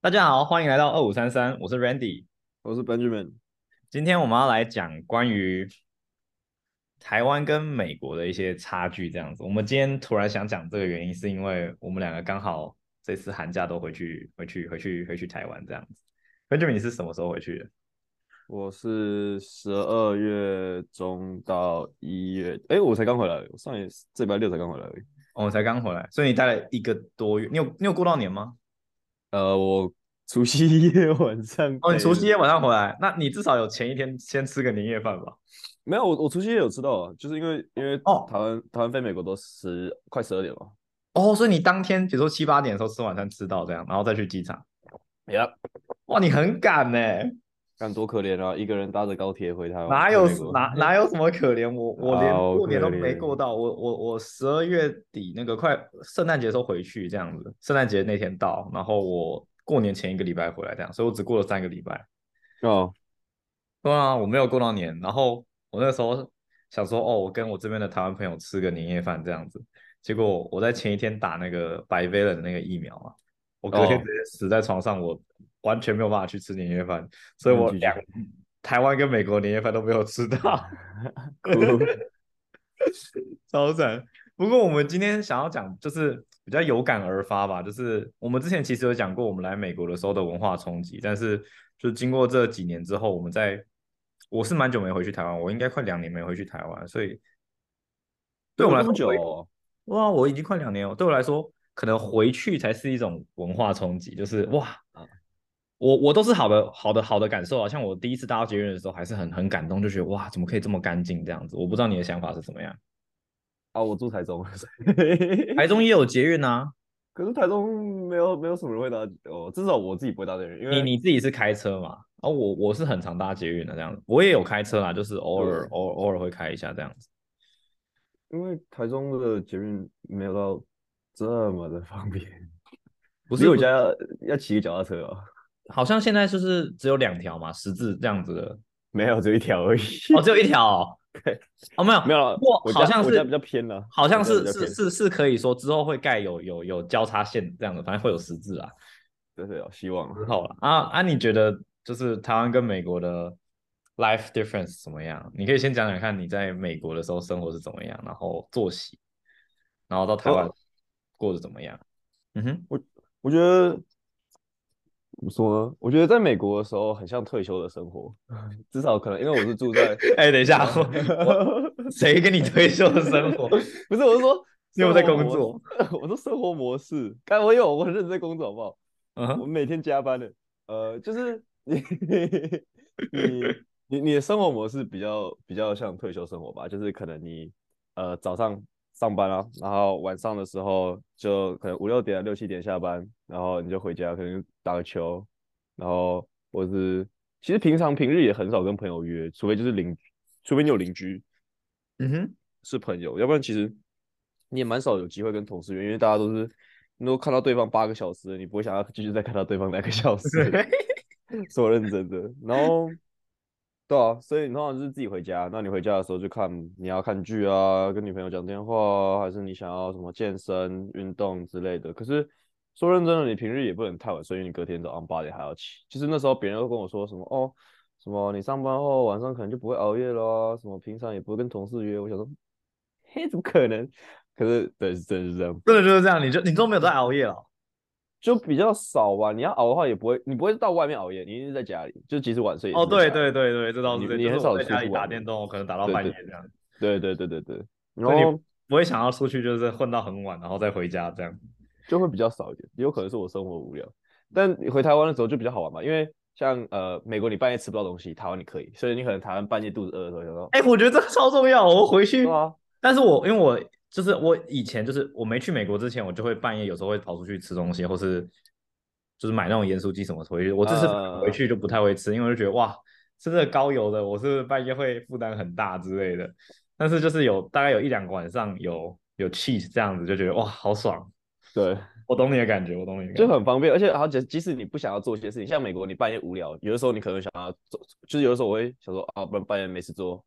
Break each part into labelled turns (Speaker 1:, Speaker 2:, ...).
Speaker 1: 大家好，欢迎来到二五三三，我是 Randy。
Speaker 2: 我是 Benjamin。
Speaker 1: 今天我们要来讲关于台湾跟美国的一些差距，这样子。我们今天突然想讲这个原因，是因为我们两个刚好这次寒假都回去，回去，回去，回去台湾这样子。Benjamin，你是什么时候回去的？
Speaker 2: 我是十二月中到一月，哎、我才刚回来而已，我上一这礼拜六才刚回来而已。
Speaker 1: 哦我才刚回来，所以你待了一个多月。你有你有过到年吗？
Speaker 2: 呃，我除夕 夜晚上
Speaker 1: 哦，你除夕夜
Speaker 2: 飞的
Speaker 1: 晚上回来，那你至少有前一天先吃个年夜饭吧？
Speaker 2: 没有？我我除夕夜有吃到啊，就是因为因为
Speaker 1: 哦
Speaker 2: 台湾、台湾飞美国都十快十二点了。
Speaker 1: 哦，所以你当天比如说七八点的时候吃晚餐吃到这样，然后再去机场。
Speaker 2: 呀，
Speaker 1: 哇，你很赶欸呢、
Speaker 2: 看多可怜啊！一个人搭着高铁回台湾，
Speaker 1: 哪有
Speaker 2: 回美国
Speaker 1: 哪哪有什么可怜？我 我连
Speaker 2: 好
Speaker 1: 过年都没
Speaker 2: 可怜
Speaker 1: 过到，我我我十二月底那个快圣诞节的时候回去这样子，圣诞节那天到，然后我过年前一个礼拜回来这样，所以我只过了三个礼拜。
Speaker 2: 哦？
Speaker 1: 对啊，我没有过到年，然后我那时候想说，哦，我跟我这边的台湾朋友吃个年夜饭这样子，结果我在前一天打那个百威冷的那个疫苗嘛，我隔天
Speaker 2: 哦
Speaker 1: 直接死在床上，我完全没有办法去吃年夜饭，所以我
Speaker 2: 嗯就是
Speaker 1: 两台湾跟美国年夜饭都没有吃到。
Speaker 2: 哭
Speaker 1: 超赞。不过我们今天想要讲，就是比较有感而发吧，就是我们之前其实有讲过我们来美国的时候的文化冲击，但是就经过这几年之后，我们在我是蛮久没回去台湾，我应该快两年没回去台湾，所 以对我们来说
Speaker 2: 这么久
Speaker 1: 回
Speaker 2: 哦、
Speaker 1: 哇，我已经快两年了。对我来说，可能回去才是一种文化冲击，就是哇
Speaker 2: 啊，
Speaker 1: 我我都是好的好的好的感受啊。像我第一次搭到捷运的时候，还是很很感动，就觉得哇，怎么可以这么干净这样子？我不知道你的想法是怎么样。
Speaker 2: 啊！我住台中， 所 以
Speaker 1: 台中也有捷运啊，
Speaker 2: 可是台中没有没有什么人会搭哦，至少我自己不会搭这个人，因
Speaker 1: 你
Speaker 2: 为
Speaker 1: 你自己是开车嘛？哦，我我是很常搭捷运的这样子，我也有开车啦，就是偶尔
Speaker 2: 对
Speaker 1: 偶尔偶尔会开一下这样子。
Speaker 2: 因为台中的捷运没有到这么的方便，
Speaker 1: 不
Speaker 2: 离
Speaker 1: 是
Speaker 2: 我
Speaker 1: 不
Speaker 2: 家要要骑个脚踏车哦，
Speaker 1: 好像现在就是只有两条嘛，十字这样子 的，
Speaker 2: 没有，只有一条而已。
Speaker 1: 哦，只有一条、哦
Speaker 2: 对，
Speaker 1: 哦没有
Speaker 2: 没有啦
Speaker 1: 不过
Speaker 2: 我
Speaker 1: 好
Speaker 2: 家
Speaker 1: 像
Speaker 2: 我
Speaker 1: 是
Speaker 2: 家比较偏啦
Speaker 1: 好像
Speaker 2: 我家
Speaker 1: 是
Speaker 2: 比较
Speaker 1: 是
Speaker 2: 偏
Speaker 1: 是是可以说之后会盖有有有交叉线这样的，反正会有十字啊啦，
Speaker 2: 对对哦，希望
Speaker 1: 之后啦。啊啊，你觉得就是台湾跟美国的 life difference 怎么样？你可以先讲讲看你在美国的时候生活是怎么样，然后作息，然后到台湾
Speaker 2: 哦
Speaker 1: 过得怎么样？嗯哼，
Speaker 2: 我觉得怎么说呢？我觉得在美国的时候很像退休的生活， 至少可能因为我是住 在呃
Speaker 1: 哎、等一下，我 我谁跟你退休的生活？
Speaker 2: 不是我是说
Speaker 1: 你有没有在
Speaker 2: 生
Speaker 1: 工
Speaker 2: 活模
Speaker 1: 作
Speaker 2: 式？ 我说生活模式，该我有，我很认真工作，好不好？
Speaker 1: 嗯
Speaker 2: 我
Speaker 1: 哼，
Speaker 2: 每天加班的，呃，就是 你你你你的生活模式比较比较像退休生活吧，就是可能你呃早上上班啊，然后晚上的时候就可能五六点六七点下班，然后你就回家，可能打个球，然后或是其实平常平日也很少跟朋友约，除非就是邻，除非你有邻居
Speaker 1: 嗯哼，
Speaker 2: 是朋友，要不然其实你也蛮少有机会跟同事约，因为大家都是。你都看到对方八个小时了，你不会想要继续再看到对方两个小时。说认真的，然后，对啊，所以你通常就是自己回家。那你回家的时候就看你要看剧啊，跟女朋友讲电话啊，还是你想要什么健身、运动之类的。可是说认真的，你平日也不能太晚睡，因为你隔天早上八点还要起。就是那时候别人会跟我说什么哦，什么你上班后晚上可能就不会熬夜咯，啊什么平常也不会跟同事约。我想说，嘿，怎么可能？可是对，是真的是这样。
Speaker 1: 真的就是这样，你就你都没有在熬夜了哦。
Speaker 2: 就比较少吧，你要熬的话也不会，你不会到外面熬夜，你一定是在家里，就即使晚睡也
Speaker 1: 哦，
Speaker 2: 是在
Speaker 1: 对
Speaker 2: 家里
Speaker 1: 对对对，这倒
Speaker 2: 你
Speaker 1: 是对，
Speaker 2: 你
Speaker 1: 就是
Speaker 2: 很
Speaker 1: 我
Speaker 2: 少
Speaker 1: 在
Speaker 2: 出
Speaker 1: 家
Speaker 2: 去
Speaker 1: 里打
Speaker 2: 玩
Speaker 1: 电
Speaker 2: 嘛
Speaker 1: 动，我可能打到
Speaker 2: 对
Speaker 1: 半夜
Speaker 2: 对
Speaker 1: 这样，
Speaker 2: 对对对对对，然
Speaker 1: 所以你
Speaker 2: 后
Speaker 1: 不会想要出去，就是混到很晚，然后再回家这样。
Speaker 2: 就会比较少一点，也有可能是我生活无聊。但你回台湾的时候就比较好玩嘛，因为像呃美国你半夜吃不到东西，台湾你可以，所以你可能台湾半夜肚子饿的时候想说，
Speaker 1: 哎、我觉得这个超重要，我回去。
Speaker 2: 对啊，
Speaker 1: 但是我因为我就是我以前就是我没去美国之前，我就会半夜有时候会跑出去吃东西，或是就是买那种盐酥鸡什么回去。我这次
Speaker 2: 呃
Speaker 1: 回去就不太会吃，因为我就觉得哇，吃这个高油的，我是不是半夜会负担很大之类的。但是就是有大概有一两个晚上有有 cheese 这样子，就觉得哇好爽。
Speaker 2: 对，
Speaker 1: 我懂你的感觉，我懂你的感觉。
Speaker 2: 就很方便，而且好即即使你不想要做一些事情，像美国你半夜无聊，有的时候你可能想要做，就是有的时候我会想说啊，不然半夜没事做，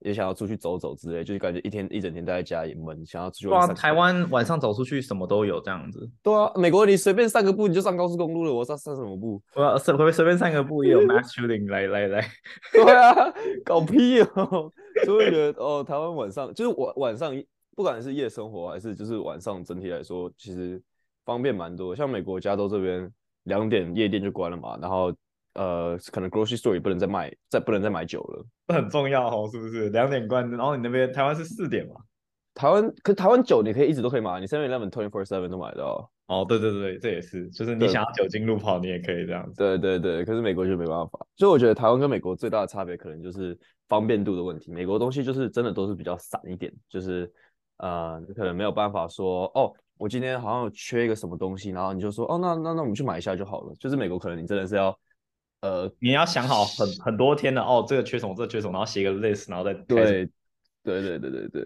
Speaker 2: 也想要出去走走之类，就是感觉一天一整天待在家也闷，想要出去
Speaker 1: 对啊，
Speaker 2: 外面散
Speaker 1: 台
Speaker 2: 步
Speaker 1: 湾晚上走出去什么都有这样子，
Speaker 2: 对啊，美国你随便散个步你就上高速公路了，我上上什么步？
Speaker 1: 我要随随随便散个步也有 mass shooting，来来 来，
Speaker 2: 对啊，搞屁哦！ 所以我觉得哦，台湾晚上就是晚晚上，不管是夜生活还是就是晚上，整体来说其实方便蛮多。像美国加州这边两点夜店就关了嘛，然后呃，可能 grocery store 也不能再卖，再不能再买酒了。
Speaker 1: 这很重要哦，是不是？两点关，然后你那边台湾是四点嘛？
Speaker 2: 台湾可台湾酒你可以一直都可以买，你 Seven Eleven twenty four seven 都买得到。
Speaker 1: 哦，对对对，这也是，就是你
Speaker 2: 对
Speaker 1: 想要酒精路跑，你也可以这样子。
Speaker 2: 对对对，可是美国就没办法。所以我觉得台湾跟美国最大的差别可能就是方便度的问题。美国东西就是真的都是比较散一点，就是呃，你可能没有办法说哦，我今天好像有缺一个什么东西，然后你就说哦，那那那我们去买一下就好了。就是美国可能你真的是要呃，
Speaker 1: 你要想好很很多天的哦，这个缺什么，这个缺什么，然后写个 list，然后再开始。
Speaker 2: 对对对对对对，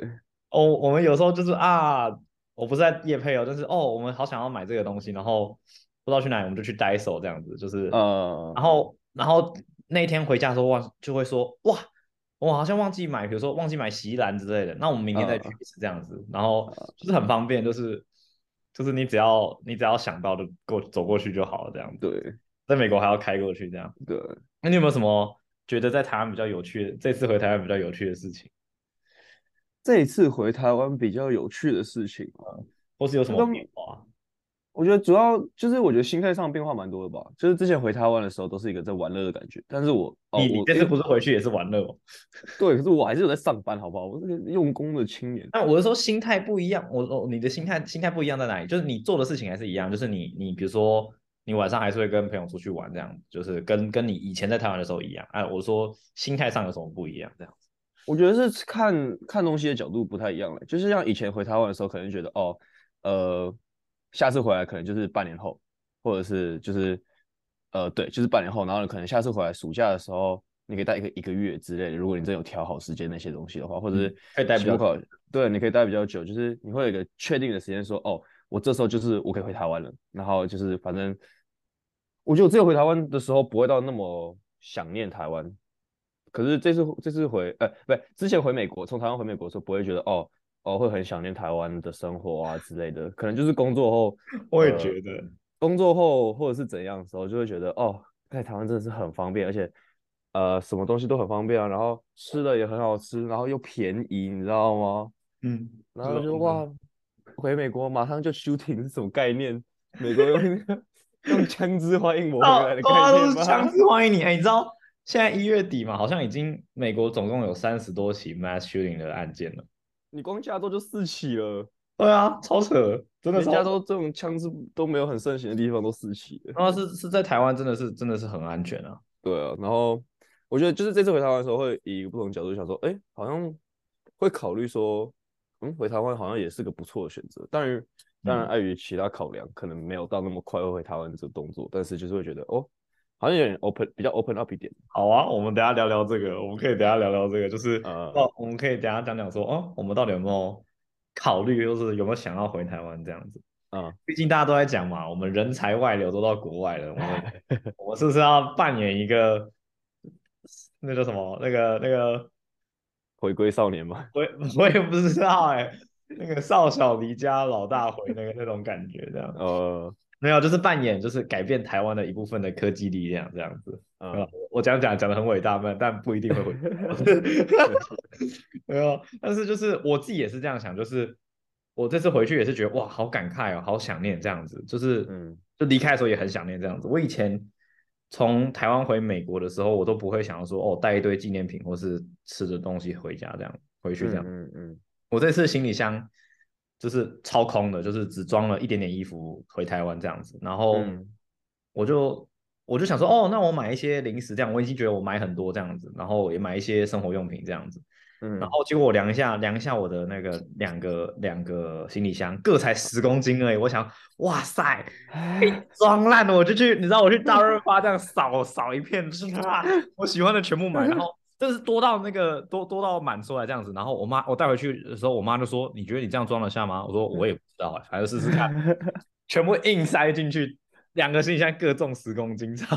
Speaker 1: 哦，我们有时候就是啊，我不是在夜配哦，但是哦，我们好想要买这个东西，然后不知道去哪里，我们就去 Daiso 这样子，就是
Speaker 2: 呃
Speaker 1: 然，后然后那天回家的时候忘就会说哇，我好像忘记买，比如说忘记买洗衣篮之类的，那我们明天再去
Speaker 2: 嗯
Speaker 1: 一次这样子，然后就是很方便，就是就是你只要你只要想到就过走过去就好了这样子，
Speaker 2: 对
Speaker 1: 在美国还要开过去这样。
Speaker 2: 对。
Speaker 1: 那你有没有什么觉得在台湾比较有趣的，这次回台湾比较有趣的事情，
Speaker 2: 这一次回台湾比较有趣的事情啊，
Speaker 1: 或是有什
Speaker 2: 这
Speaker 1: 么
Speaker 2: 个
Speaker 1: 变化？
Speaker 2: 我觉得主要就是我觉得心态上变化蛮多的吧。就是之前回台湾的时候都是一个在玩乐的感觉，但是我哦，
Speaker 1: 你你
Speaker 2: 我
Speaker 1: 这
Speaker 2: 因
Speaker 1: 次
Speaker 2: 为
Speaker 1: 不是回去也是玩乐吗？哦
Speaker 2: 对，可是我还是有在上班，好不好？我是个用功的青年。
Speaker 1: 那我是说心态不一样，我我你的心态心态不一样在哪里？就是你做的事情还是一样，就是你你比如说你晚上还是会跟朋友出去玩这样，就是跟跟你以前在台湾的时候一样。哎、我说心态上有什么不一样？这样子
Speaker 2: 我觉得是看看东西的角度不太一样了。就是像以前回台湾的时候，可能觉得哦，呃，下次回来可能就是半年后，或者是就是呃，对，就是半年后，然后可能下次回来暑假的时候，你可以待一个一个月之类的。如果你真的有调好时间那些东西的话，或者是
Speaker 1: 嗯可以待比
Speaker 2: 期
Speaker 1: 较
Speaker 2: 末考，对，你可以待比较久，就是你会有一个确定的时间说，哦，我这时候就是我可以回台湾了。然后就是反正，我觉得我只有回台湾的时候不会到那么想念台湾，可是这次这次回，呃，不是之前回美国，从台湾回美国的时候不会觉得哦哦会很想念台湾的生活啊之类的，可能就是工作后，
Speaker 1: 我也
Speaker 2: 呃
Speaker 1: 觉得嗯
Speaker 2: 工作后或者是怎样的时候，就会觉得哦，在台湾真的是很方便，而且呃什么东西都很方便啊，然后吃的也很好吃，然后又便宜，你知道吗？
Speaker 1: 嗯，
Speaker 2: 然后
Speaker 1: 是
Speaker 2: 就
Speaker 1: 吧，
Speaker 2: 哇，回美国马上就 shooting 是什么概念？美国用那个用枪支欢迎我回来的
Speaker 1: 大家
Speaker 2: 概
Speaker 1: 都
Speaker 2: 念
Speaker 1: 是哦
Speaker 2: 吗？
Speaker 1: 强制欢迎你。哎、你知道现在一月底嘛，好像已经美国总共有三十多起 mass shooting 的案件了。
Speaker 2: 你光加州就四起了。
Speaker 1: 对啊，超扯，真的
Speaker 2: 人
Speaker 1: 超
Speaker 2: 家
Speaker 1: 扯
Speaker 2: 都这种枪支都没有很盛行的地方都四起了。
Speaker 1: 然后是是在台湾真的是真的是很安全啊。
Speaker 2: 对啊，然后我觉得就是这次回台湾的时候，会以一个不同角度想说，哎，好像会考虑说，嗯，回台湾好像也是个不错的选择。当然，当然
Speaker 1: 嗯
Speaker 2: 碍于其他考量，可能没有到那么快会回台湾这个动作，但是就是会觉得，哦，好像有点 open，比较 open up 一点。
Speaker 1: 好啊，我们等一下聊聊这个，我们可以等一下聊聊这个，就是
Speaker 2: 呃
Speaker 1: 哦，我们可以等一下讲讲说，哦，我们到底有没有考虑，就是有没有想要回台湾这样子？
Speaker 2: 嗯，
Speaker 1: 毕竟大家都在讲嘛，我们人才外流都到国外了，我 们我们是不是要扮演一个那叫什么？那个那个，
Speaker 2: 回归少年嘛，
Speaker 1: 我也 我也不知道哎、那个少小离家老大回那个那种感觉这样，
Speaker 2: 呃，
Speaker 1: 没有，就是扮演就是改变台湾的一部分的科技力量这样子。
Speaker 2: 嗯
Speaker 1: 呃，我讲讲讲的很伟大，但但不一定会回。 没有，但是就是我自己也是这样想，就是我这次回去也是觉得哇，好感慨哦，好想念这样子，就是
Speaker 2: 嗯
Speaker 1: 就离开的时候也很想念这样子。我以前从台湾回美国的时候，我都不会想要说哦，带一堆纪念品或是吃的东西回家这样回去这样。
Speaker 2: 嗯嗯
Speaker 1: 我这次行李箱就是超空的，就是只装了一点点衣服回台湾这样子，然后
Speaker 2: 嗯
Speaker 1: 我就我就想说，哦，那我买一些零食这样，我已经觉得我买很多这样子，然后也买一些生活用品这样子，
Speaker 2: 嗯
Speaker 1: 然后结果我量一下量一下我的那个两个两个行李箱各才十公斤而已，我想，哇塞，
Speaker 2: 嗯，
Speaker 1: 被装烂了，我就去，你知道我去大润发这样扫扫一片，就是啊，我喜欢的全部买，然后真的是多到那个多多到满出来这样子，然后我妈我带回去的时候，我妈就说：“你觉得你这样装得下吗？”我说：“我也不知道、欸，反正试试看。” 全部硬塞进去，两个行李箱各重十公斤，超。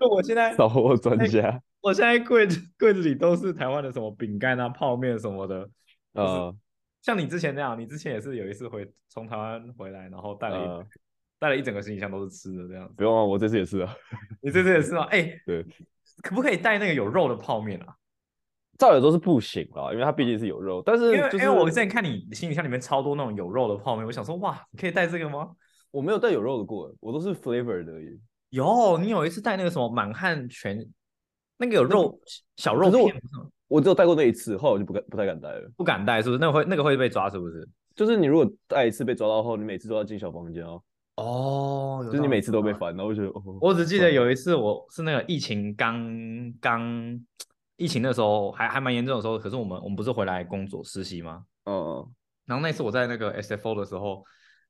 Speaker 1: 就 我现在
Speaker 2: 找我专家
Speaker 1: 我现在柜子柜子里都是台湾的什么饼干啊、泡面什么的。
Speaker 2: 啊，
Speaker 1: 像你之前那样，你之前也是有一次回从台湾回来，然后带了一、
Speaker 2: 呃
Speaker 1: 带了一整个行李箱都是吃的这样子。
Speaker 2: 不用啊，我这次也是啊。
Speaker 1: 你这次也是吗？哎、
Speaker 2: 对，
Speaker 1: 可不可以带那个有肉的泡面啊？
Speaker 2: 照理说是不行啦，因为它毕竟是有肉，但是
Speaker 1: 因为、
Speaker 2: 就是
Speaker 1: 因为我之前看你行李箱里面超多那种有肉的泡面，我想说哇，你可以带这个吗？
Speaker 2: 我没有带有肉的过，我都是 flavor 的而已。
Speaker 1: 有，你有一次带那个什么满汉全，那个有肉小肉
Speaker 2: 可是我
Speaker 1: 片，
Speaker 2: 我只有带过那一次，后来我就不敢不太敢带了。
Speaker 1: 不敢带是不是？那个会那个会被抓是不是？
Speaker 2: 就是你如果带一次被抓到后，你每次都要进小房间哦，
Speaker 1: 哦，
Speaker 2: 就是你每次都被
Speaker 1: 发。
Speaker 2: 烦，然后我就觉得哦，
Speaker 1: 我只记得有一次我是那个疫情刚刚疫情的时候还还蛮严重的时候，可是我们我们不是回来工作实习吗？
Speaker 2: 嗯
Speaker 1: 然后那次我在那个 SFO 的时候，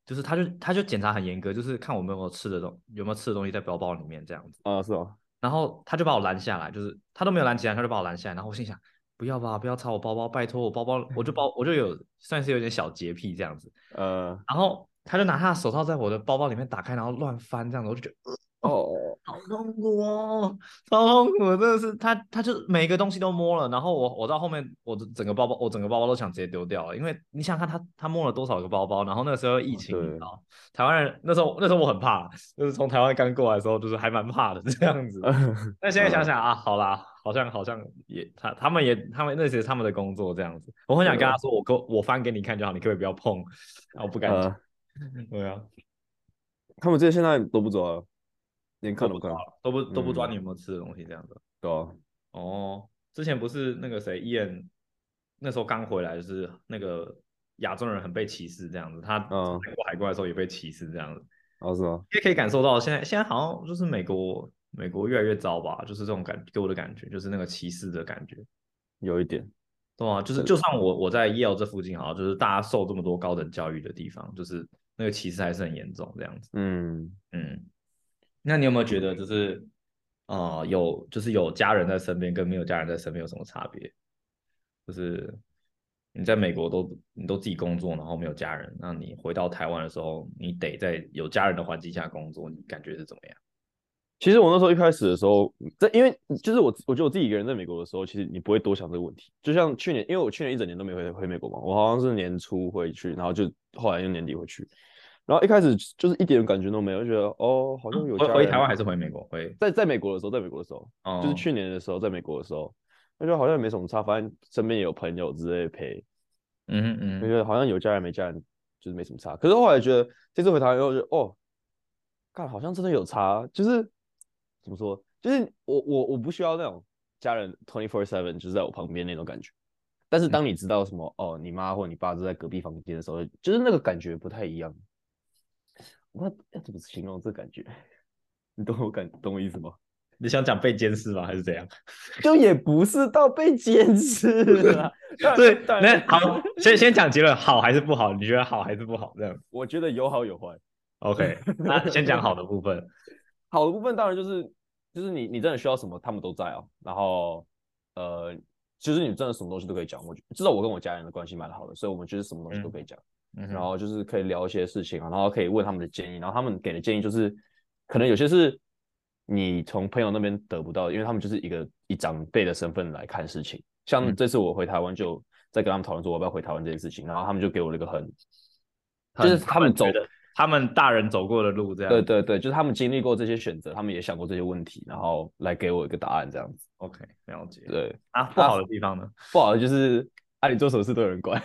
Speaker 1: 就是他就他就检查很严格，就是看我们有没有吃的东有没有吃的东西在包包里面这样子。
Speaker 2: 啊是啊，
Speaker 1: 然后他就把我拦下来，就是他都没有拦啊起来，他就把我拦下来。然后我心想，不要吧，不要查我包包，拜托我包包，我就包我就有算是有点小洁癖这样子。
Speaker 2: 呃
Speaker 1: 然后他就拿他的手套在我的包包里面打开，然后乱翻这样子，我就觉得
Speaker 2: 哦
Speaker 1: 好痛苦哦，超痛苦，真的是他，他就每一个东西都摸了，然后我我到后面，我的整个包包，我整个包包都想直接丢掉了，因为你想看他他摸了多少个包包，然后那时候疫情，你
Speaker 2: 嗯对
Speaker 1: 知道，台湾人那时候那时候我很怕，就是从台湾刚过来的时候，就是还蛮怕的这样
Speaker 2: 嗯
Speaker 1: 子。
Speaker 2: 呃
Speaker 1: 但现在想想啊，好啦，好像好像也他他们也他们那些他们的工作这样子，我很想跟他说，我给我我翻给你看就好，你可不可以不要碰？然后不敢讲，
Speaker 2: 呃，
Speaker 1: 对啊，
Speaker 2: 他们这些现在都不抓了，连看都不看，
Speaker 1: 都不都不抓
Speaker 2: 嗯
Speaker 1: 你有没有吃的东西这样子。
Speaker 2: 对啊，
Speaker 1: 哦，之前不是那个谁，伊恩那时候刚回来，就是那个亚洲人很被歧视这样子，他
Speaker 2: 嗯
Speaker 1: 过海关的时候也被歧视这样子，
Speaker 2: 啊是啊，
Speaker 1: 也可以感受到现在现在好像就是美国美国越来越糟吧，就是这种感给我的感觉，就是那个歧视的感觉，
Speaker 2: 有一点，
Speaker 1: 对啊，就是就算我我在耶鲁这附近，好像就是大家受这么多高等教育的地方，就是那个歧视还是很严重这样子。
Speaker 2: 嗯，
Speaker 1: 嗯，那你有没有觉得就是啊、呃有就是有家人在身边跟没有家人在身边有什么差别？就是你在美国都你都自己工作，然后没有家人，那你回到台湾的时候，你得在有家人的环境下工作，你感觉是怎么样？
Speaker 2: 其实我那时候一开始的时候，在因为就是我我觉得我自己一个人在美国的时候，其实你不会多想这个问题。就像去年，因为我去年一整年都没回回美国嘛，我好像是年初回去，然后就后来又年底回去，然后一开始就是一点感觉都没有，就觉得哦，好像有
Speaker 1: 回
Speaker 2: 家
Speaker 1: 回
Speaker 2: 人
Speaker 1: 台湾还是回美国？回哦
Speaker 2: 在在美国的时候，在美国的时候，就是去年的时候，在美国的时候，我觉得好像也没什么差，反正身边也有朋友之类陪，
Speaker 1: 嗯哼
Speaker 2: 我
Speaker 1: 嗯
Speaker 2: 觉得好像有家人没家人就是没什么差。可是后来觉得这次回台湾以后就，哦，看好像真的有差，啊就是怎么说，就是我我我不需要那种家人 twenty four seven 就是在我旁边那种感觉。但是当
Speaker 1: 嗯
Speaker 2: 你知道什么、哦，你妈或你爸就在隔壁房间的时候，就是那个感觉不太一样。我要怎么形容这感觉？你懂我感懂我意思吗？
Speaker 1: 你想讲被监视吗？还是怎样？，
Speaker 2: 就也不是到被 监视了对啊
Speaker 1: 对，，
Speaker 2: 当
Speaker 1: 那
Speaker 2: 然
Speaker 1: 好，先先讲结论，好还是不好？你觉得好还是不好？这样
Speaker 2: 我觉得有好有坏。
Speaker 1: OK，那先讲好的部分。
Speaker 2: 好的部分当然就是就是你你真的需要什么，他们都在哦。然后呃，其实你真的什么东西都可以讲。我觉至少我跟我家人的关系蛮好的，所以我们就是什么东西都可以讲。
Speaker 1: 嗯哼
Speaker 2: 然后就是可以聊一些事情啊，然后可以问他们的建议，然后他们给的建议就是可能有些是你从朋友那边得不到的，因为他们就是一个以长辈的身份来看事情。像
Speaker 1: 嗯
Speaker 2: 这次我回台湾就在跟他们讨论说我要不要回台湾这件事情，然后他们就给我了一个很，
Speaker 1: 很
Speaker 2: 就是他们走
Speaker 1: 觉得他们大人走过的路，这样
Speaker 2: 对对对，就是他们经历过这些选择，他们也想过这些问题，然后来给我一个答案这样子。
Speaker 1: OK，了解。
Speaker 2: 对，
Speaker 1: 啊，不好的地方呢？
Speaker 2: 不好的就是，啊，你做什么事都有人管，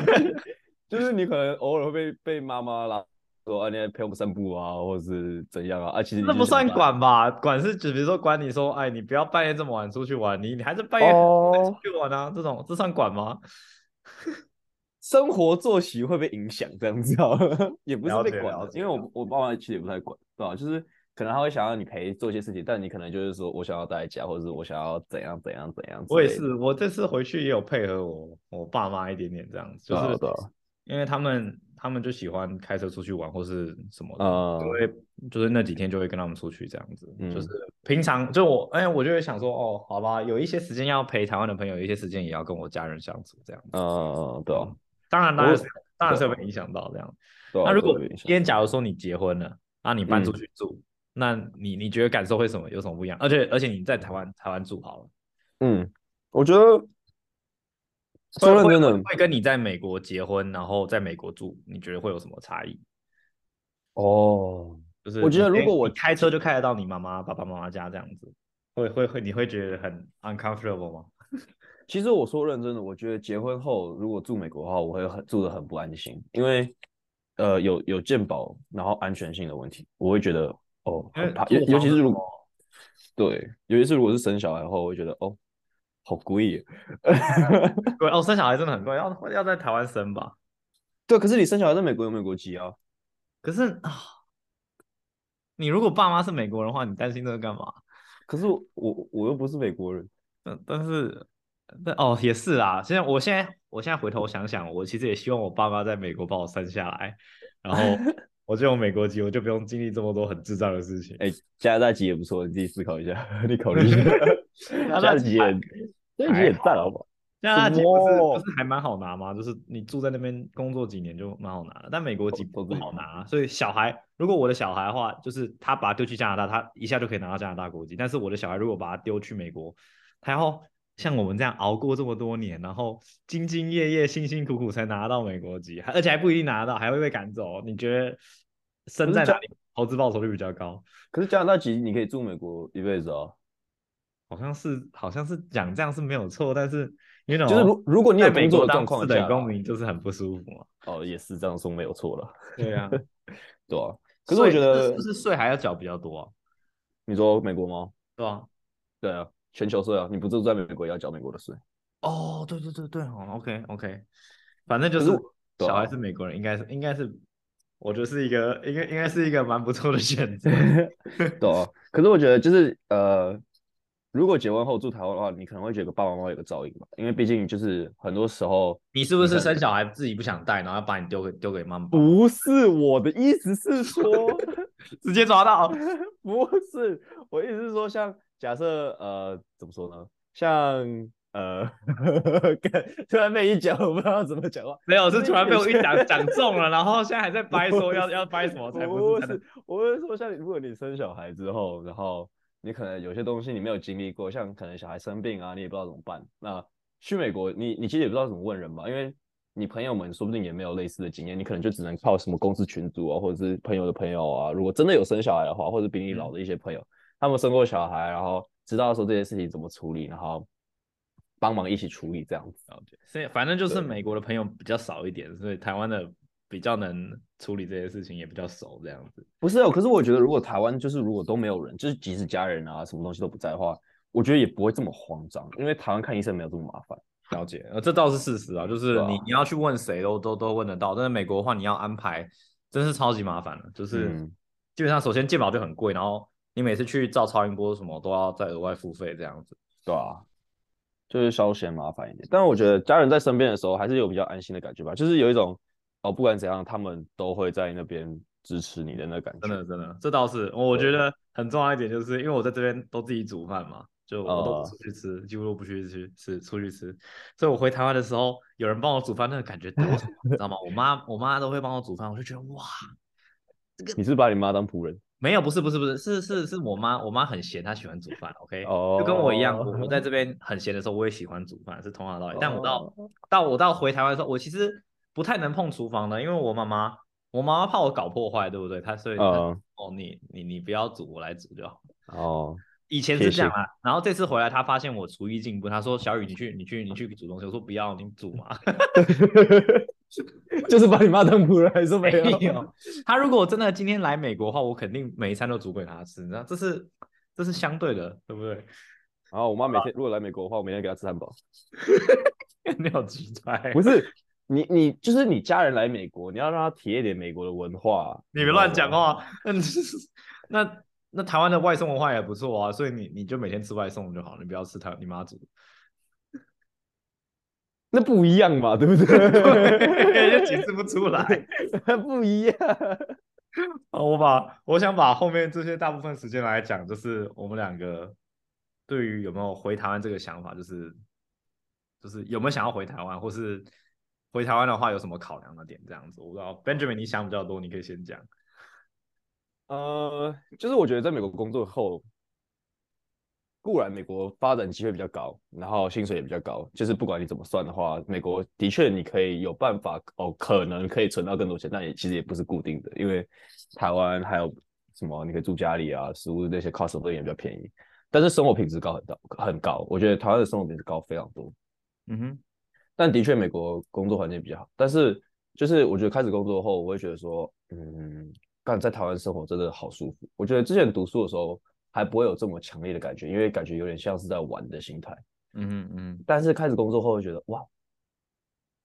Speaker 2: 就是你可能偶尔会被被妈妈啦说，啊，你来陪我们散步啊，或者是怎样啊，啊，其实你
Speaker 1: 那
Speaker 2: 就
Speaker 1: 不
Speaker 2: 是想
Speaker 1: 算
Speaker 2: 打
Speaker 1: 管吧，管是指比如说管你说，哎，你不要半夜这么晚出去玩，你你还是半夜
Speaker 2: 哦
Speaker 1: 出去玩啊，这种这算管吗？
Speaker 2: 生活作息会被影响，这样子好了， 也不是
Speaker 1: 了
Speaker 2: 被
Speaker 1: 解
Speaker 2: 管
Speaker 1: 了
Speaker 2: 的，
Speaker 1: 解
Speaker 2: 因为
Speaker 1: 了
Speaker 2: 我我爸妈其实也不太管，对吧？啊就是可能他会想要你陪做一些事情，但你可能就是说我想要待在家，或者是我想要怎样怎样怎样之类的。
Speaker 1: 我也是，我这次回去也有配合我我爸妈一点点这样子，就
Speaker 2: 对啊，
Speaker 1: 是
Speaker 2: 对啊
Speaker 1: 因为他们他们就喜欢开车出去玩或是什么的，
Speaker 2: 呃
Speaker 1: 就会就是那几天就会跟他们出去这样子，
Speaker 2: 嗯
Speaker 1: 就是平常就我哎，我就会想说哦，好吧，有一些时间要陪台湾的朋友，有一些时间也要跟我家人相处这样子。
Speaker 2: 呃，对啊，
Speaker 1: 当然，当然
Speaker 2: 我
Speaker 1: 是有当然是有被影响到这样。
Speaker 2: 对啊，
Speaker 1: 那如
Speaker 2: 对啊
Speaker 1: 果
Speaker 2: 有影
Speaker 1: 今
Speaker 2: 响
Speaker 1: 天假如说你结婚了，啊，你搬出
Speaker 2: 嗯
Speaker 1: 去住，那你你觉得感受会什么有什么不一样？而且而且你在台湾台湾住好了，
Speaker 2: 嗯，我觉得说认
Speaker 1: 会
Speaker 2: 真
Speaker 1: 会
Speaker 2: 的
Speaker 1: 会跟你在美国结婚，然后在美国住，你觉得会有什么差异？
Speaker 2: 哦，
Speaker 1: 就是
Speaker 2: 我觉得
Speaker 1: 你
Speaker 2: 如
Speaker 1: 可以
Speaker 2: 果我
Speaker 1: 你开车就开得到你妈妈爸爸妈妈家这样子，会会会你会觉得很 uncomfortable 吗？
Speaker 2: 其实我说认真的，我觉得结婚后如果住美国的话，我会很住的很不安心，因为呃有有健保，然后安全性的问题，我会觉得哦
Speaker 1: 因为
Speaker 2: 很怕，
Speaker 1: 住
Speaker 2: 尤尤
Speaker 1: 房
Speaker 2: 其
Speaker 1: 子
Speaker 2: 是如果对，尤其是如果是生小孩后，我会觉得哦好贵耶。
Speaker 1: 贵哦，生小孩真的很贵，要要在台湾生吧？
Speaker 2: 对，可是你生小孩在美国有美国籍啊？
Speaker 1: 可是啊，你如果爸妈是美国人的话，你担心这个干嘛？
Speaker 2: 可是我我我又不是美国人，
Speaker 1: 但但是，但哦也是啦。现在我现在我现在回头想想，我其实也希望我爸妈在美国把我生下来，然后我就有美国籍，我就不用经历这么多很智障的事 情。
Speaker 2: 哎，加拿大籍也不错，你自己思考一下， 你考虑一下。
Speaker 1: 加拿大
Speaker 2: 加拿大
Speaker 1: 籍
Speaker 2: 籍也
Speaker 1: 还，
Speaker 2: 加拿大籍
Speaker 1: 还
Speaker 2: 也赞，好不好？
Speaker 1: 加拿大籍不是不
Speaker 2: 什么
Speaker 1: 是还蛮好拿吗？就是你住在那边工作几年就蛮好拿的，但美国籍不
Speaker 2: 都都自己
Speaker 1: 好拿，啊所以小孩如果我的小孩的话，就是他把他丢去加拿大，他一下就可以拿到加拿大国籍。但是我的小孩如果把他丢去美国，他要像我们这样熬过这么多年，然后兢兢业业、辛辛苦苦才拿到美国籍，还而且还不一定拿得到，还会被赶走。你觉得生
Speaker 2: 可是
Speaker 1: 在
Speaker 2: 加
Speaker 1: 哪里投资报酬率比较高？
Speaker 2: 可是加拿大籍你可以住美国一辈子啊，
Speaker 1: 好像是好像是讲这样是没有错，但是你 know
Speaker 2: 就是如如果你有
Speaker 1: 在美
Speaker 2: 工作
Speaker 1: 国
Speaker 2: 的
Speaker 1: 当
Speaker 2: 状况
Speaker 1: 次
Speaker 2: 下
Speaker 1: 等
Speaker 2: 啦，
Speaker 1: 公民就是很不舒服嘛。
Speaker 2: 哦，也是这样说没有错了，
Speaker 1: 对 啊，
Speaker 2: 对啊。可是我
Speaker 1: 税
Speaker 2: 觉
Speaker 1: 是
Speaker 2: 得
Speaker 1: 是不是税还要缴比较多啊？
Speaker 2: 你说美国吗？
Speaker 1: 对吧？
Speaker 2: 对啊，全球税啊，你不住在美国也要缴美国的税。
Speaker 1: 哦，对对对对哦，OK OK，反正就
Speaker 2: 可
Speaker 1: 是
Speaker 2: 是我对
Speaker 1: 小
Speaker 2: 啊
Speaker 1: 孩是美国人，应该是应该是，我觉得是一个应该应该是一个蛮不错的选 择。
Speaker 2: 对啊，可是我觉得就是呃，如果结婚后住台湾的话，你可能会觉得爸爸妈妈有个照应吧，因为毕竟就是很多时候
Speaker 1: 你是不
Speaker 2: 你
Speaker 1: 是
Speaker 2: 看
Speaker 1: 生小孩自己不想带，然后把你丢给丢给妈妈？
Speaker 2: 不是我的意思是 说，
Speaker 1: 直接抓到，
Speaker 2: 不是我意思是说，像假设呃，怎么说呢？像呃， 干突然被一讲，我不知道怎么讲话。
Speaker 1: 没有是
Speaker 2: 就是
Speaker 1: 突然被我一
Speaker 2: 你
Speaker 1: 讲讲中了，然后现在还在掰说要要掰什么才
Speaker 2: 不
Speaker 1: 不是真
Speaker 2: 是
Speaker 1: 的。，
Speaker 2: 我是说，像如果你生小孩之后，然后你可能有些东西你没有经历过，像可能小孩生病啊，你也不知道怎么办。那去美国，你你其实也不知道怎么问人吧，因为你朋友们说不定也没有类似的经验，你可能就只能靠什么公司群组啊，或者是朋友的朋友啊。如果真的有生小孩的话，或者比你
Speaker 1: 嗯
Speaker 2: 老的一些朋友，他们生过小孩，然后知道说这些事情怎么处理，然后帮忙一起处理这样子。
Speaker 1: 所以反正就是
Speaker 2: 对
Speaker 1: 美国的朋友比较少一点，所以台湾的比较能处理这些事情，也比较熟这样子。
Speaker 2: 不是哦，可是我觉得如果台湾就是如果都没有人，就是即使家人啊什么东西都不在的话，我觉得也不会这么慌张，因为台湾看医生没有这么麻烦。
Speaker 1: 了解，呃，这倒是事实啊，就是
Speaker 2: 对啊
Speaker 1: 你你要去问谁都都都问得到，但是美国的话，你要安排真是超级麻烦了，就是
Speaker 2: 嗯
Speaker 1: 基本上首先健保就很贵，然后你每次去照超音波什么都要再额外付费这样子。
Speaker 2: 对啊，就是稍嫌麻烦一点。但我觉得家人在身边的时候，还是有比较安心的感觉吧，就是有一种哦，不管怎样，他们都会在那边支持你的那感
Speaker 1: 真
Speaker 2: 觉。
Speaker 1: 的真的，这倒是我觉
Speaker 2: 对
Speaker 1: 得很重要一点，就是因为我在这边都自己煮饭嘛，就我都不
Speaker 2: 哦
Speaker 1: 出去吃，几乎都不去去吃出去吃，所以我回台湾的时候，有人帮我煮饭，那个感觉多爽，你知道吗？我妈我妈都会帮我煮饭，我就觉得哇，
Speaker 2: 你是把你妈当仆人
Speaker 1: 没有，不是不是不是，是是是我妈，我妈很闲，她喜欢煮饭，OK，
Speaker 2: 哦，
Speaker 1: 就跟我一样，我我在这边很闲的时候，我也喜欢煮饭，是同样的道理。但我到
Speaker 2: 哦
Speaker 1: 到我到回台湾的时候，我其实不太能碰厨房的，因为我妈妈，我妈妈怕我搞破坏，对不对？她所以她
Speaker 2: 嗯
Speaker 1: 哦，你你你不要煮，我来煮就好。
Speaker 2: 哦，
Speaker 1: 以前
Speaker 2: 谢
Speaker 1: 是这样
Speaker 2: 谢
Speaker 1: 啊，然后这次回来，她发现我厨艺进步，她说：“小雨，你去你去你去煮东西。”我说：“不要，你煮嘛。”
Speaker 2: 就是把你妈当仆人，还是没有？
Speaker 1: 没有，他如果真的今天来美国的话，我肯定每一餐都煮给他吃，你知道，这是这是相对的，对不对？
Speaker 2: 然后我妈每
Speaker 1: 啊
Speaker 2: 天如果来美国的话，我每天给她吃汉堡。
Speaker 1: 你好奇怪，
Speaker 2: 不是你，你就是你家人来美国，你要让他体验点美国的文化。
Speaker 1: 你别
Speaker 2: 知道
Speaker 1: 乱讲
Speaker 2: 吗。
Speaker 1: 话。 嗯，那那台湾的外送文化也不错啊，所以你你就每天吃外送就好，你不要吃台你妈煮 的。
Speaker 2: 那不一样嘛，对 不
Speaker 1: 对，就解
Speaker 2: 对？
Speaker 1: 释不出来。
Speaker 2: 不一样。
Speaker 1: 啊，我把我想把后面这些大部分时间来讲，就是我们两个对于有没有回台湾这个想法，就是就是有没有想要回台湾，或是回台湾的话有什么考量的点这样子。我不知道 Benjamin 你想比较多，你可以先讲。
Speaker 2: 呃，就是我觉得在美国工作后，固然美国发展机会比较高，然后薪水也比较高，就是不管你怎么算的话，美国的确你可以有办法哦，可能可以存到更多钱，但也其实也不是固定的，因为台湾还有什么你可以住家里啊，食物那些 cost of living 也比较便宜，但是生活品质高很高很高，我觉得台湾的生活品质高非常多。
Speaker 1: 嗯哼，
Speaker 2: 但的确，美国工作环境比较好。但是，就是我觉得开始工作后，我会觉得说，嗯，干在台湾生活真的好舒服。我觉得之前读书的时候还不会有这么强烈的感觉，因为感觉有点像是在玩的心态。
Speaker 1: 嗯哼嗯
Speaker 2: 但是开始工作后，会觉得哇，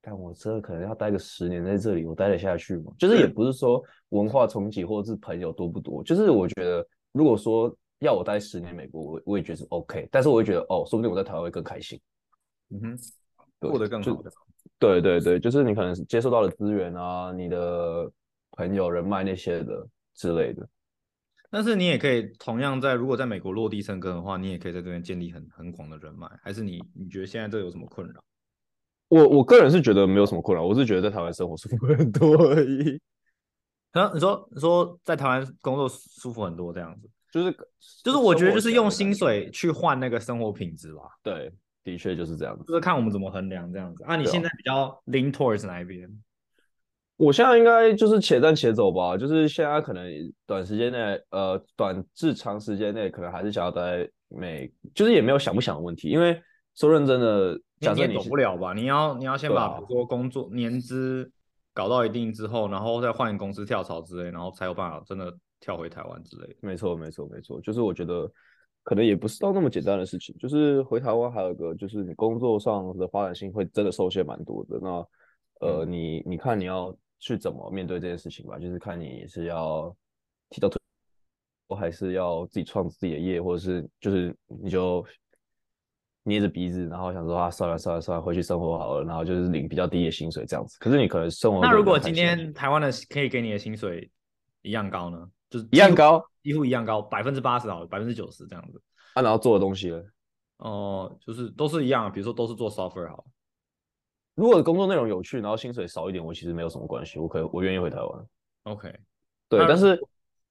Speaker 2: 但我真的可能要待个十年在这里，我待得下去吗？就是也不是说文化冲击或者是朋友多不多，就是我觉得如果说要我待十年美国，我我也觉得是 OK。但是我会觉得哦，说不定我在台湾会更开心。
Speaker 1: 嗯哼，
Speaker 2: 对
Speaker 1: 过得更
Speaker 2: 就
Speaker 1: 好的。
Speaker 2: 对对对，就是你可能接受到的资源啊，你的朋友人脉那些的之类的。
Speaker 1: 但是你也可以同样在如果在美国落地生根的话，你也可以在这边建立很很广的人脉。还是你你觉得现在这有什么困扰？
Speaker 2: 我我个人是觉得没有什么困扰，我是觉得在台湾生活舒服很多而已。
Speaker 1: 啊，你说你说在台湾工作舒服很多这样子，
Speaker 2: 就是
Speaker 1: 就是我觉得
Speaker 2: 生活
Speaker 1: 就是
Speaker 2: 起来
Speaker 1: 用
Speaker 2: 的感
Speaker 1: 薪
Speaker 2: 觉，
Speaker 1: 水去换那个生活品质吧，
Speaker 2: 对，的确就是这样子。
Speaker 1: 就是看我们怎么衡量这样子。啊，你
Speaker 2: 对啊
Speaker 1: 现在比较 lean towards 哪一边？
Speaker 2: 我现在应该就是且战且走吧，就是现在可能短时间内，呃，短至长时间内，可能还是想要待美，就是也没有想不想的问题，因为说认真的，
Speaker 1: 你
Speaker 2: 假
Speaker 1: 你
Speaker 2: 设
Speaker 1: 也
Speaker 2: 你
Speaker 1: 走
Speaker 2: 是
Speaker 1: 不了吧？你要你要先
Speaker 2: 对
Speaker 1: 把
Speaker 2: 啊
Speaker 1: 比如说工作年资搞到一定之后，然后再换公司跳槽之类，然后才有办法真的跳回台湾之类的。
Speaker 2: 没错，没错，没错，就是我觉得可能也不是到那么简单的事情，就是回台湾还有一个就是你工作上的发展性会真的受限蛮多的。那呃，
Speaker 1: 嗯
Speaker 2: 你你看你要去怎么面对这件事情吧，就是看你是要踢到退，还是要自己创自己的业，或者是就是你就捏着鼻子，然后想说啊，算了算了算了，回去生活好了，然后就是领比较低的薪水这样子。可是你可能生活会
Speaker 1: 那
Speaker 2: 过
Speaker 1: 如
Speaker 2: 得比较
Speaker 1: 果
Speaker 2: 开
Speaker 1: 今
Speaker 2: 心
Speaker 1: 天台湾的可以给你的薪水一样高呢？就是
Speaker 2: 一样
Speaker 1: 几乎
Speaker 2: 高
Speaker 1: 几乎一样高，百分之八十好了，百分之九十这样子。
Speaker 2: 啊，然后做的东西了。
Speaker 1: 哦、就是都是一样，比如说都是做 software 好了。
Speaker 2: 如果工作内容有趣，然后薪水少一点，我其实没有什么关系，我可我愿意回台湾。
Speaker 1: OK，
Speaker 2: 对，
Speaker 1: 那
Speaker 2: 但是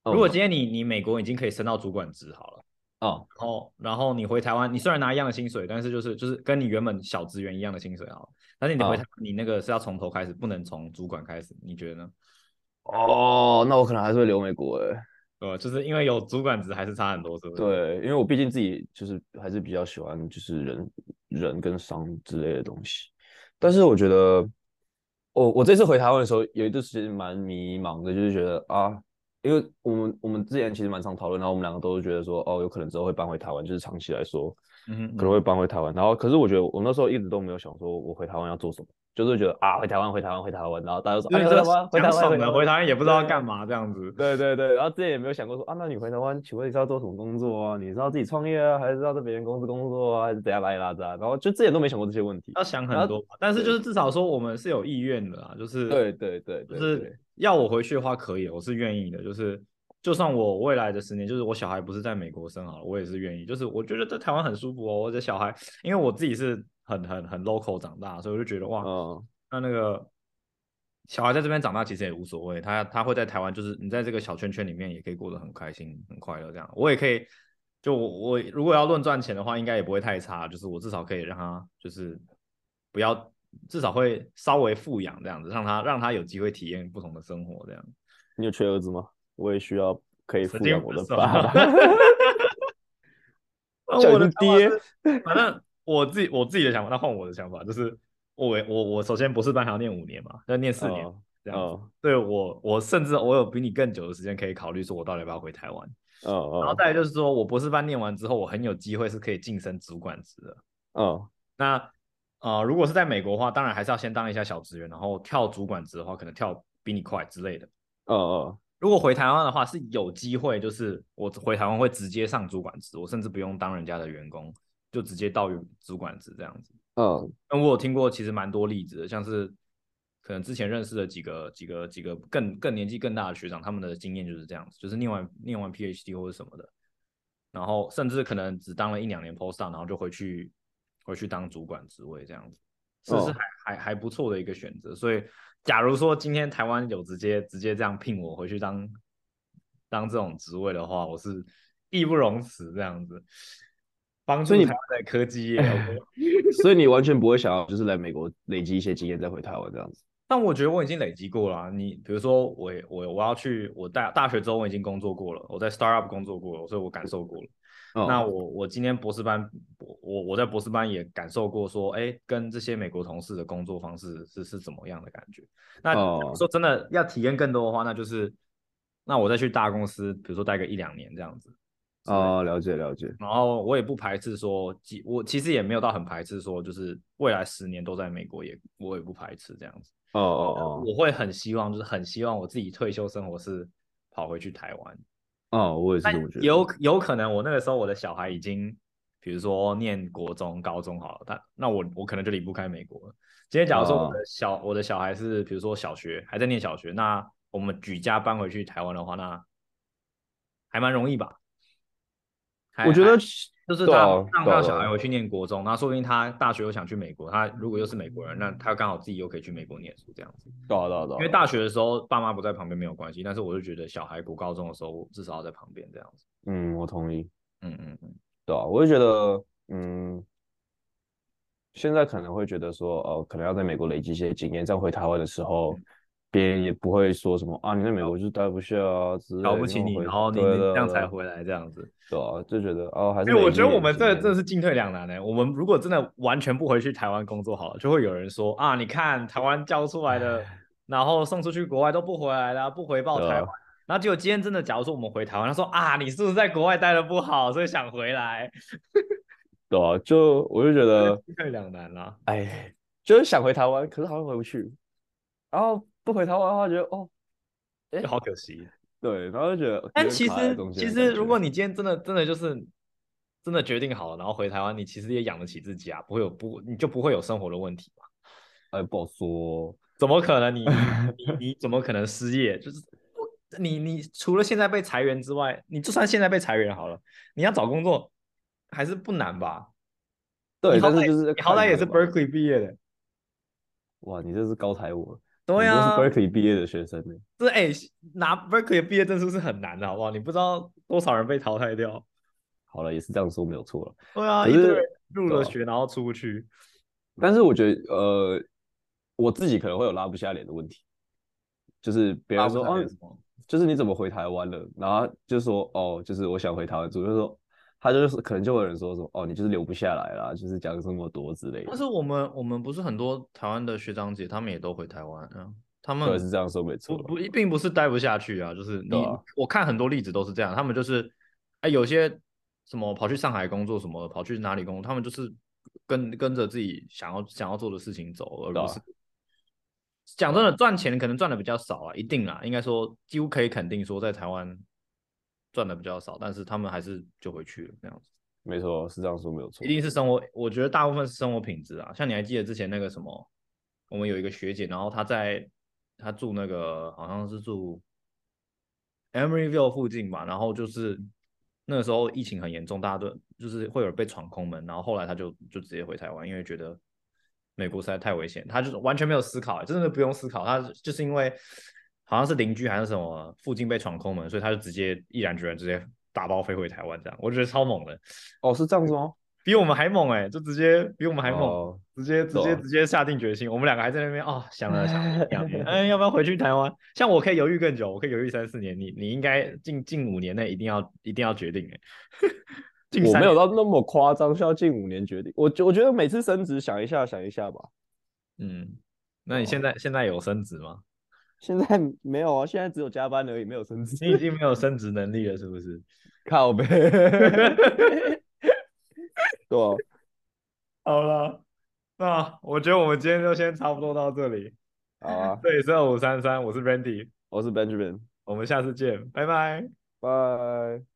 Speaker 1: 如果
Speaker 2: 嗯
Speaker 1: 今天你你美国已经可以升到主管职好了，
Speaker 2: 啊，
Speaker 1: 然后然后你回台湾，你虽然拿一样的薪水，但是就是就是跟你原本小职员一样的薪水好了，但是你回
Speaker 2: 啊
Speaker 1: 台湾，你那个是要从头开始，不能从主管开始，你觉得呢？
Speaker 2: 哦，那我可能还是会留美国欸诶。
Speaker 1: 对吧？呃就是因为有主管职还是差很多，是不是？
Speaker 2: 对，因为我毕竟自己就是还是比较喜欢就是人人跟商之类的东西。但是我觉得，我我这次回台湾的时候，有一段时间蛮迷茫的，就是觉得啊，因为我们我们之前其实蛮常讨论，然后我们两个都是觉得说，哦，有可能之后会搬回台湾，就是长期来说
Speaker 1: 嗯哼
Speaker 2: 可能会搬回台湾。然后，可是我觉得我那时候一直都没有想说我回台湾要做什么，就是觉得啊，回台湾，回台湾，回台湾，然后大家都说，
Speaker 1: 因
Speaker 2: 哎，
Speaker 1: 为
Speaker 2: 回
Speaker 1: 这
Speaker 2: 台湾，回台
Speaker 1: 讲
Speaker 2: 湾，
Speaker 1: 爽
Speaker 2: 回
Speaker 1: 了，
Speaker 2: 台湾，
Speaker 1: 回台湾也不知道要干嘛这样子。
Speaker 2: 对对对，然后之前也没有想过说啊，那你回台湾，请问你是要做什么工作啊？你是要自己创业啊，还是要在别人公司工作啊，还是怎样拉里拉杂？然后就之前都没想过这些问题。
Speaker 1: 要想
Speaker 2: 然
Speaker 1: 很
Speaker 2: 后
Speaker 1: 多吧，但是
Speaker 2: 对
Speaker 1: 就是至少说我们是有意愿的啦，就是
Speaker 2: 对对对
Speaker 1: 就
Speaker 2: 对对
Speaker 1: 是要我回去的话可以，我是愿意的，就是就算我未来的十年，就是我小孩不是在美国生好了，我也是愿意，就是我觉得在台湾很舒服哦，我的小孩，因为我自己是很很很 local 长大，所以我就觉得哇，
Speaker 2: 嗯，
Speaker 1: 那那个小孩在这边长大其实也无所谓，他他会在台湾，就是你在这个小圈圈里面也可以过得很开心、很快乐这样。我也可以，就我我如果要论赚钱的话，应该也不会太差，就是我至少可以让他就是不要，至少会稍微富养这样子，让他让他有机会体验不同的生活这样。
Speaker 2: 你有缺儿子吗？我也需要可以
Speaker 1: 神
Speaker 2: 抚
Speaker 1: 经
Speaker 2: 养我的
Speaker 1: 什
Speaker 2: 爸
Speaker 1: 么
Speaker 2: 爸。
Speaker 1: 那
Speaker 2: 叫
Speaker 1: 我
Speaker 2: 你
Speaker 1: 的
Speaker 2: 是
Speaker 1: 想法
Speaker 2: 爹
Speaker 1: 是，反正我自己我自己的想法，那换我的想法就是，我我我首先博士班还要念五年嘛，要 念四年
Speaker 2: 嗯
Speaker 1: 这样子。
Speaker 2: 嗯
Speaker 1: 对我我甚至我有比你更久的时间可以考虑，说我到底要不要回台湾。
Speaker 2: 嗯
Speaker 1: 然后
Speaker 2: 嗯
Speaker 1: 再来就是说我博士班念完之后，我很有机会是可以晋升主管职的。
Speaker 2: 嗯，
Speaker 1: 那呃，如果是在美国的话，当然还是要先当一下小职员，然后跳主管职的话，可能跳比你快之类的。
Speaker 2: 嗯嗯
Speaker 1: 如果回台湾的话，是有机会，就是我回台湾会直接上主管职，我甚至不用当人家的员工，就直接到主管职这样子。
Speaker 2: 嗯
Speaker 1: 那我有听过，其实蛮多例子的，像是可能之前认识的几个、几个、几个更更年纪更大的学长，他们的经验就是这样子，就是念完念完 PhD 或者什么的，然后甚至可能只当了一两年 postdoc，然后就回去回去当主管职位这样子，是是
Speaker 2: 哦
Speaker 1: 还还还不错的一个选择。所以，假如说今天台湾有直接直接这样聘我回去当当这种职位的话，我是义不容辞这样子，帮助
Speaker 2: 所以
Speaker 1: 台
Speaker 2: 你
Speaker 1: 湾的科技业。OK
Speaker 2: 所以你完全不会想要就是来美国累积一些经验再回台湾这样子。
Speaker 1: 但我觉得我已经累积过了啊、你比如说我也，我我要去我大大学之后，我已经工作过了，我在 startup 工作过了，所以我感受过了。
Speaker 2: 哦
Speaker 1: 那我我今天博士班，我我我在博士班也感受过说，哎，跟这些美国同事的工作方式是是怎么样的感觉。那
Speaker 2: 哦
Speaker 1: 说真的要体验更多的话，那就是那我再去大公司，比如说待个一两年这样子。之类的
Speaker 2: 哦，了解了解。
Speaker 1: 然后我也不排斥说，即我其实也没有到很排斥说，就是未来十年都在美国也，我也不排斥这样子。
Speaker 2: 哦哦
Speaker 1: 我会很希望，就是很希望我自己退休生活是跑回去台湾。
Speaker 2: 哦哦，我也是
Speaker 1: 但
Speaker 2: 这么觉得。
Speaker 1: 有有可能我那个时候我的小孩已经，比如说念国中、高中好了，他那我我可能就离不开美国了。今天假如说我
Speaker 2: 哦
Speaker 1: 的小、我的小孩是比如说小学还在念小学，那我们举家搬回去台湾的话，那还蛮容易吧？还
Speaker 2: 我觉得
Speaker 1: 还就是
Speaker 2: 对
Speaker 1: 他
Speaker 2: 啊
Speaker 1: 让
Speaker 2: 对啊
Speaker 1: 他
Speaker 2: 对
Speaker 1: 小
Speaker 2: 啊
Speaker 1: 孩回去念国中，那说不定他大学又想去美国，他如果又是美国人，那他刚好自己又可以去美国念书这样子。
Speaker 2: 对啊对啊对啊
Speaker 1: 因为大学的时候爸妈不在旁边没有关系，但是我就觉得小孩读高中的时候我至少要在旁边这样子。
Speaker 2: 嗯，我同意。
Speaker 1: 嗯嗯嗯，
Speaker 2: 对啊，我就觉得，嗯，现在可能会觉得说，哦，可能要在美国累积一些经验，这样回台湾的时候，
Speaker 1: 嗯
Speaker 2: 别人也不会说什么啊，你在美国就待不下啊之类
Speaker 1: 瞧
Speaker 2: 的，
Speaker 1: 不起
Speaker 2: 那
Speaker 1: 你，
Speaker 2: 回
Speaker 1: 然后你
Speaker 2: 对
Speaker 1: 你
Speaker 2: 对
Speaker 1: 这样才
Speaker 2: 对
Speaker 1: 回来这样子。
Speaker 2: 对啊，就觉得哦，还是
Speaker 1: 因为我
Speaker 2: 累积
Speaker 1: 觉得
Speaker 2: 一
Speaker 1: 我
Speaker 2: 点
Speaker 1: 们
Speaker 2: 经
Speaker 1: 这
Speaker 2: 验
Speaker 1: 真的是进退两难呢、欸我们如果真的完全不回去台湾工作好了，就会有人说啊，你看台湾教出来的，然后送出去国外都不回来啦，不回报
Speaker 2: 对啊
Speaker 1: 台湾。然后结果今天真的，假如说我们回台湾，他说啊，你是不是在国外待的不好，所以想回来？
Speaker 2: 对啊，就我就觉得，
Speaker 1: 进退两难啦、
Speaker 2: 哎，就是想回台湾，可是好像回不去，然后不回台湾的话，觉得哦，
Speaker 1: 就哎好可惜。
Speaker 2: 对，然后就觉得
Speaker 1: 但
Speaker 2: 有点
Speaker 1: 其
Speaker 2: 卡在
Speaker 1: 实
Speaker 2: 中间
Speaker 1: 其
Speaker 2: 的
Speaker 1: 实，
Speaker 2: 感
Speaker 1: 如
Speaker 2: 觉
Speaker 1: 果你今天真的真的就是真的决定好了，然后回台湾，你其实也养得起自己啊，不会有不你就不会有生活的问题嘛？
Speaker 2: 哎不好说，
Speaker 1: 怎么可能你你你你怎么可能失业？就是不你你除了现在被裁员之外，你就算现在被裁员好了，你要找工作还是不难吧？
Speaker 2: 对，
Speaker 1: 你好
Speaker 2: 但是
Speaker 1: 歹
Speaker 2: 就是
Speaker 1: 你好歹也是
Speaker 2: 不是
Speaker 1: Berkeley 毕业的，
Speaker 2: 哇，你这是高抬我了，
Speaker 1: 对啊
Speaker 2: 你都
Speaker 1: 呀、
Speaker 2: 是 Berkeley 毕业的学生呢。
Speaker 1: 这哎、拿 Berkeley 的毕业证书是很难的，好不好？你不知道多少人被淘汰掉。
Speaker 2: 好了，也是这样说没有错了。
Speaker 1: 对啊，
Speaker 2: 可
Speaker 1: 一堆
Speaker 2: 是
Speaker 1: 人入
Speaker 2: 对
Speaker 1: 了
Speaker 2: 啊
Speaker 1: 学然后出不去。
Speaker 2: 但是我觉得，呃，我自己可能会有拉不下脸的问题，就是别
Speaker 1: 拉
Speaker 2: 人
Speaker 1: 不
Speaker 2: 说
Speaker 1: 下
Speaker 2: 哦
Speaker 1: 脸是什么，
Speaker 2: 就是你怎么回台湾了？然后就说哦，就是我想回台湾住，就说他就是可能就会有人说什么哦，你就是留不下来啦，就是讲这么多之类
Speaker 1: 但
Speaker 2: 的。
Speaker 1: 是我们我们不是很多台湾的学长姐，他们也都回台湾啊，他
Speaker 2: 对，
Speaker 1: 们
Speaker 2: 是这样说没错
Speaker 1: 不
Speaker 2: 了。
Speaker 1: 不并不是待不下去啊，就是你、
Speaker 2: 对啊
Speaker 1: 我看很多例子都是这样，他们就是哎有些什么跑去上海工作什么，跑去哪里工作，他们就是跟跟着自己想要想要做的事情走，而不
Speaker 2: 对啊
Speaker 1: 是。讲真的，赚钱可能赚的比较少啊，一定啦，应该说几乎可以肯定说在台湾赚的比较少，但是他们还是就回去了那样子。
Speaker 2: 没错，是这样说没有错
Speaker 1: 一。定是生活，我觉得大部分是生活品质啊。像你还记得之前那个什么，我们有一个学姐，然后她在她住那个好像是住 Emeryville 附近吧，然后就是那个时候疫情很严重，大家都就是会有人被闯空门，然后后来她就就直接回台湾，因为觉得美国实在太危险，她就是完全没有思考，欸真的不用思考，她就是因为好像是邻居还是什么附近被闯空门，所以她就直接毅然决然直接打包飞回台湾，这样我觉得超猛的。
Speaker 2: 哦，是这样子吗？
Speaker 1: 比我们还猛哎、就直接比我们还猛，
Speaker 2: 哦，
Speaker 1: 直接直
Speaker 2: 懂
Speaker 1: 接直接下定决心。我们两个还在那边哦，想了想 了两年，哎，要不要回去台湾？像我可以犹豫更久，我可以犹豫三四年，你你应该近近五年内一定要一定要决定哎、 近
Speaker 2: 我
Speaker 1: 三
Speaker 2: 没有
Speaker 1: 年
Speaker 2: 到那么夸张，需要近五年决定。我觉我觉得每次升职想一下，想一下吧。
Speaker 1: 嗯，那你现在现在有升职 吗？
Speaker 2: 现在没有啊，现在只有加班而已，没有升职。
Speaker 1: 你已经没有升职能力了，是不是？
Speaker 2: 靠呗， 对啊，
Speaker 1: 好了，那我觉得我们今天就先差不多到这里。
Speaker 2: 好啊，
Speaker 1: 这里是二五三三，我是 Randy，
Speaker 2: 我是 Benjamin，
Speaker 1: 我们下次见，拜拜。
Speaker 2: 拜。